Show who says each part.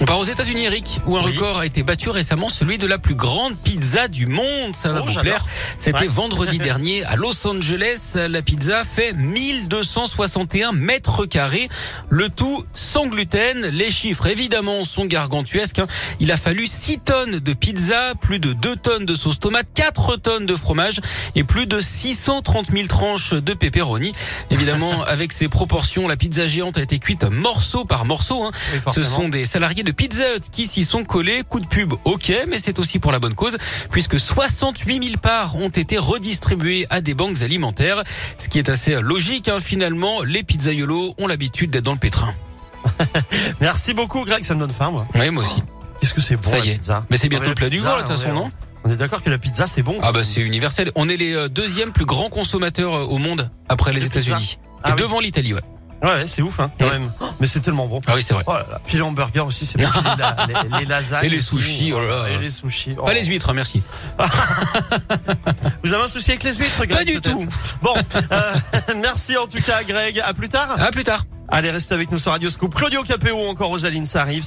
Speaker 1: On part aux États-Unis, Eric, où un
Speaker 2: Oui.
Speaker 1: record a été battu récemment, celui de la plus grande pizza du monde. Ça va
Speaker 2: Oh,
Speaker 1: vous
Speaker 2: j'adore.
Speaker 1: plaire. C'était
Speaker 2: Ouais.
Speaker 1: vendredi dernier à Los Angeles. La pizza fait 1261 mètres carrés. Le tout sans gluten. Les chiffres, évidemment, sont gargantuesques. hein. Il a fallu 6 tonnes de pizza, plus de 2 tonnes de sauce tomate, 4 tonnes de fromage et plus de 630 000 tranches de pepperoni. Évidemment, avec ces proportions, la pizza géante a été cuite morceau par morceau. hein.
Speaker 2: Oui,
Speaker 1: Ce
Speaker 2: forcément.
Speaker 1: sont des salariés de Pizza Hut qui s'y sont collés. Coup de pub, ok, mais c'est aussi pour la bonne cause, puisque 68 000 parts ont été redistribuées à des banques alimentaires. Ce qui est assez logique, hein, finalement. Les pizzaiolos ont l'habitude d'être dans le pétrin.
Speaker 2: Merci beaucoup, Greg, ça me donne faim, moi.
Speaker 1: Oui, moi aussi.
Speaker 2: Qu'est-ce que c'est bon,
Speaker 1: Ça
Speaker 2: la
Speaker 1: y est.
Speaker 2: pizza
Speaker 1: Mais c'est bientôt
Speaker 2: Ouais,
Speaker 1: le plat
Speaker 2: la
Speaker 1: du
Speaker 2: pizza,
Speaker 1: jour, de toute
Speaker 2: ouais,
Speaker 1: façon,
Speaker 2: ouais.
Speaker 1: non
Speaker 2: On est d'accord que la pizza, c'est bon.
Speaker 1: Ah bah c'est universel. On est les euh, deuxièmes plus grands consommateurs euh, au monde après les
Speaker 2: De pizza
Speaker 1: États-Unis.
Speaker 2: Ah
Speaker 1: Et
Speaker 2: oui.
Speaker 1: devant l'Italie, ouais.
Speaker 2: Ouais, ouais, c'est ouf, hein, quand
Speaker 1: Mm.
Speaker 2: même. Mais c'est tellement bon.
Speaker 1: Ah oui, c'est vrai.
Speaker 2: Oh là là. Puis les hamburgers aussi, c'est bon. les, la- les- les lasagnes.
Speaker 1: Et les
Speaker 2: aussi.
Speaker 1: sushis, oh là là.
Speaker 2: Et les sushis. oh.
Speaker 1: Pas les huîtres, hein, merci.
Speaker 2: Vous avez un souci avec les huîtres, Greg
Speaker 1: Pas du
Speaker 2: peut-être
Speaker 1: tout.
Speaker 2: Bon, euh, merci en tout cas, Greg. À plus tard.
Speaker 1: À plus tard.
Speaker 2: Allez, restez avec nous sur Radio Scoop. Claudio Capéo, encore Rosaline, ça arrive.